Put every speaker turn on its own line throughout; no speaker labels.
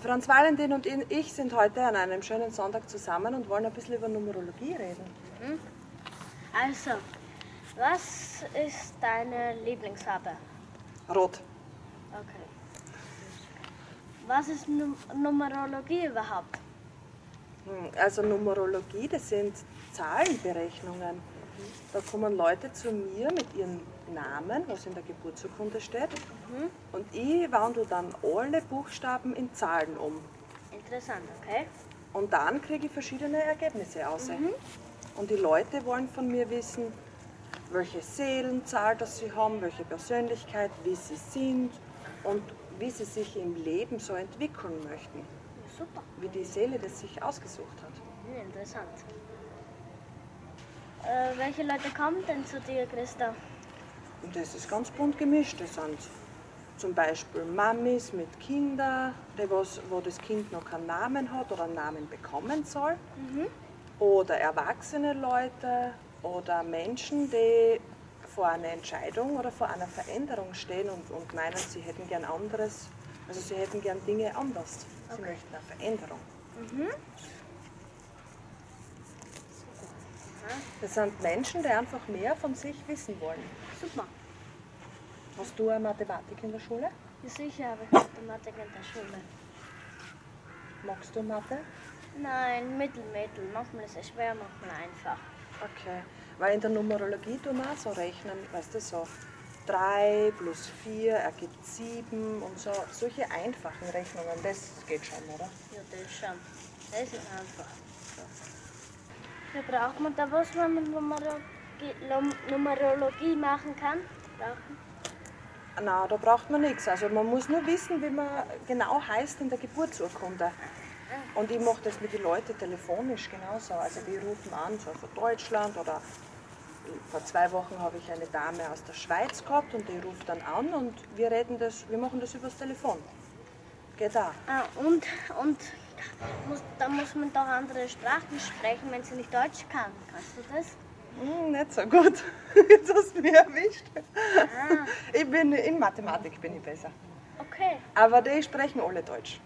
Franz Valentin und ich sind heute an einem schönen Sonntag zusammen und wollen ein bisschen über Numerologie reden.
Also, was ist deine Lieblingsfarbe?
Rot.
Okay. Was ist Num Numerologie überhaupt?
Hm, Also Numerologie, das sind Zahlenberechnungen. Da kommen Leute zu mir mit ihrem Namen, was in der Geburtsurkunde steht, und ich wandle dann alle Buchstaben in Zahlen um.
Interessant, okay?
Und dann kriege ich verschiedene Ergebnisse aus. Und die Leute wollen von mir wissen, welche Seelenzahl das sie haben, welche Persönlichkeit, wie sie sind und wie sie sich im Leben so entwickeln möchten,
Ja, Super,
wie die Seele das sich ausgesucht hat.
Hm, interessant. Äh, welche Leute kommen denn zu dir, Christa?
Und das ist ganz bunt gemischt. Das sind zum Beispiel Mamis mit Kindern, die was, wo das Kind noch keinen Namen hat oder einen Namen bekommen soll. Oder erwachsene Leute oder Menschen, die vor einer Entscheidung oder vor einer Veränderung stehen und, und meinen, sie hätten gern anderes, also sie hätten gern Dinge anders. Sie möchten eine Veränderung. Das sind Menschen, die einfach mehr von sich wissen wollen.
Super.
Hast du eine Mathematik in der Schule?
Ja, sicher habe ich Mathematik in der Schule.
Magst du Mathe?
Nein, mittel, mittel. Manchmal ist es schwer, manchmal einfach.
Okay. Weil in der Numerologie tun wir auch so rechnen, weißt du, so 3 plus 4 ergibt 7 und so. Solche einfachen Rechnungen, das geht schon, oder?
Ja, das schon. Das ist einfach. Ja, braucht man da was, wenn man Numerologie, Lum- Numerologie machen kann? Brauchen?
Na, da braucht man nichts. Also man muss nur wissen, wie man genau heißt in der Geburtsurkunde. Und ich mache das mit den Leuten telefonisch genauso. Also die rufen an, so von Deutschland oder vor zwei Wochen habe ich eine Dame aus der Schweiz gehabt und die ruft dann an und wir reden das, wir machen das übers Telefon. Geht auch.
Ah, und, und muss, da muss man doch andere Sprachen sprechen, wenn sie nicht Deutsch kann. Kannst du das?
Hm, nicht so gut. Jetzt hast du mich erwischt. Ich bin, in Mathematik bin ich besser.
Ah, Okay,
Aber die sprechen alle Deutsch.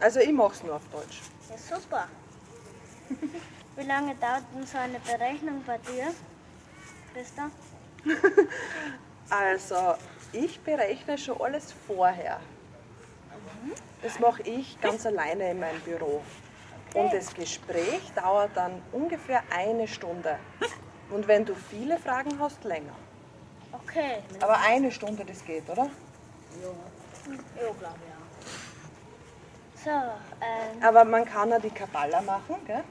Also ich mache es nur auf Deutsch.
ja super. Wie lange dauert denn so eine Berechnung bei dir? Christa?
Also ich berechne schon alles vorher. Das mache ich ganz alleine in meinem Büro. Und das Gespräch dauert dann ungefähr eine Stunde. Und wenn du viele Fragen hast, länger.
Okay.
Aber eine Stunde, das geht, oder?
Ja, glaube ich auch. So, ähm,
Aber man kann auch die Kabbala machen, gell?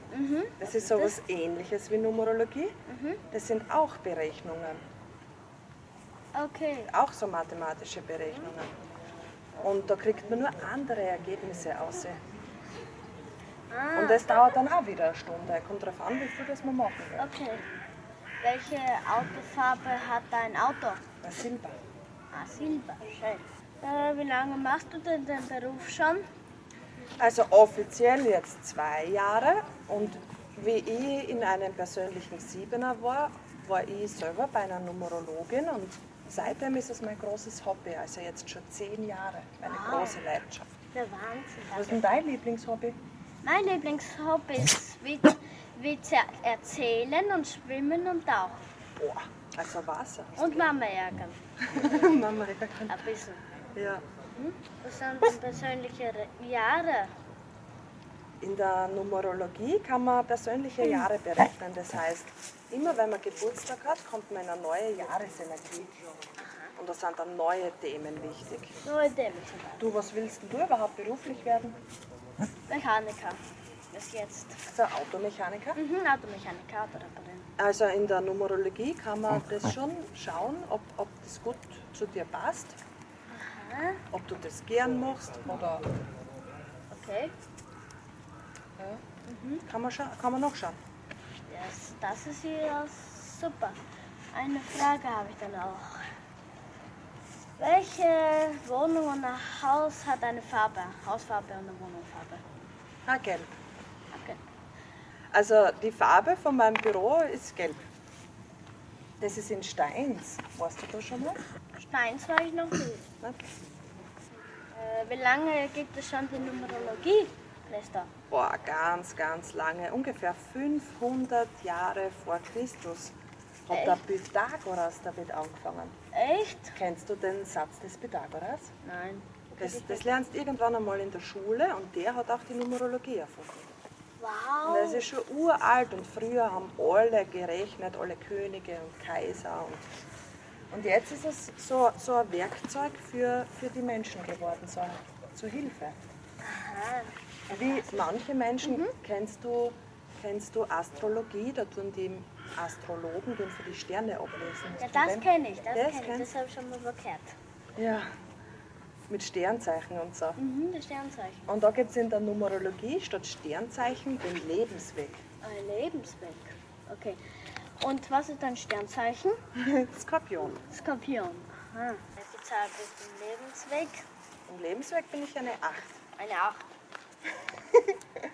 Das ist sowas ähnliches wie Numerologie. Das sind auch Berechnungen,
okay.
auch so mathematische Berechnungen. Und da kriegt man nur andere Ergebnisse aus. Und das dauert dann auch wieder eine Stunde. Kommt drauf an, wie viel das man machen will.
Okay. Welche Autofarbe hat dein Auto?
Na, Silber.
Ah, Silber. Schön. Äh, wie lange machst du denn den Beruf schon?
Also offiziell jetzt zwei Jahre. Und wie ich in einem persönlichen Siebener war, war ich selber bei einer Numerologin und seitdem ist es mein großes Hobby. Also jetzt schon zehn Jahre, meine große Leidenschaft.
Der Wahnsinn.
Was ist denn dein Lieblingshobby?
Mein Lieblingshobby ist Wit Witze erzählen und schwimmen und tauchen.
Boah, also Wasser.
Und Mama ärgern.
Mama, ja, kann-
Ein bisschen.
ja.
Das sind dann persönliche Re Jahre.
In der Numerologie kann man persönliche Jahre berechnen. Das heißt, immer wenn man Geburtstag hat, kommt man in eine neue Jahresenergie. Und da sind dann neue Themen wichtig.
Nur in dem zum Beispiel.
Du, was willst denn du überhaupt beruflich werden?
Mechaniker. Bis jetzt.
Also Automechaniker?
Mhm, Automechaniker, Autoreparin.
Also in der Numerologie kann man das schon schauen, ob, ob das gut zu dir passt,
Aha,
ob du das gern machst oder
okay.
kann man, scha- kann man noch schauen.
Yes, das ist ja super. Eine Frage habe ich dann auch. Welche Wohnung und Haus hat eine Farbe? Hausfarbe und eine Wohnungsfarbe.
Ah, gelb.
Okay.
Also die Farbe von meinem Büro ist gelb. Das ist in Steins. Warst du da schon mal?
Steins war ich noch nie.
Nein?
Äh, wie lange gibt es schon die Numerologie, Christa?
Boah, ganz, ganz lange, ungefähr 500 Jahre vor Christus, hat
Echt?
der Pythagoras damit angefangen.
Echt?
Kennst du den Satz des Pythagoras?
Nein.
Das, das lernst du irgendwann einmal in der Schule und der hat auch die Numerologie erfunden. Und das
Wow.
ist schon uralt und früher haben alle gerechnet, alle Könige und Kaiser. Und, und jetzt ist es so, so ein Werkzeug für, für die Menschen geworden, so zur Hilfe.
Aha. Mhm.
Wie manche Menschen, kennst, du, kennst du Astrologie, da tun die Astrologen tun für die Sterne ablesen.
Ja,
Hast du
das
den?
kenne ich, das
Das
kenne ich.
kennst-
Das habe ich schon mal gehört.
Ja, mit Sternzeichen und so.
Mhm, das Sternzeichen.
Und da gibt es in der Numerologie statt Sternzeichen den Lebensweg.
Ein Lebensweg. Okay. Und was ist dein Sternzeichen?
Skorpion.
Skorpion. Aha. Die Zahl ist im Lebensweg.
Im Lebensweg bin ich eine Acht.
Eine Acht. Äh,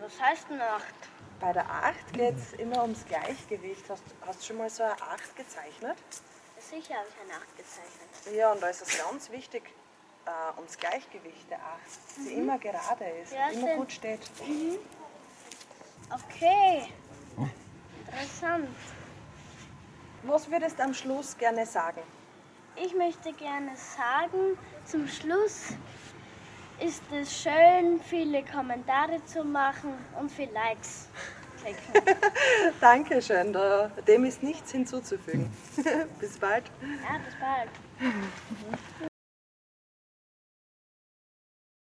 was heißt eine Acht?
Bei der Acht geht es immer ums Gleichgewicht. Hast, hast du schon mal so eine Acht gezeichnet?
Sicher habe ich eine Acht gezeichnet.
Ja, und da ist es ganz wichtig, äh, ums Gleichgewicht der Acht, dass sie immer gerade ist,
Ja,
und immer
stimmt.
gut steht.
Okay. Interessant.
Was würdest du am Schluss gerne sagen?
Ich möchte gerne sagen, zum Schluss ist es schön, viele Kommentare zu machen und viel Likes klicken.
Dankeschön, da, dem ist nichts hinzuzufügen. Bis bald.
ja, bis bald.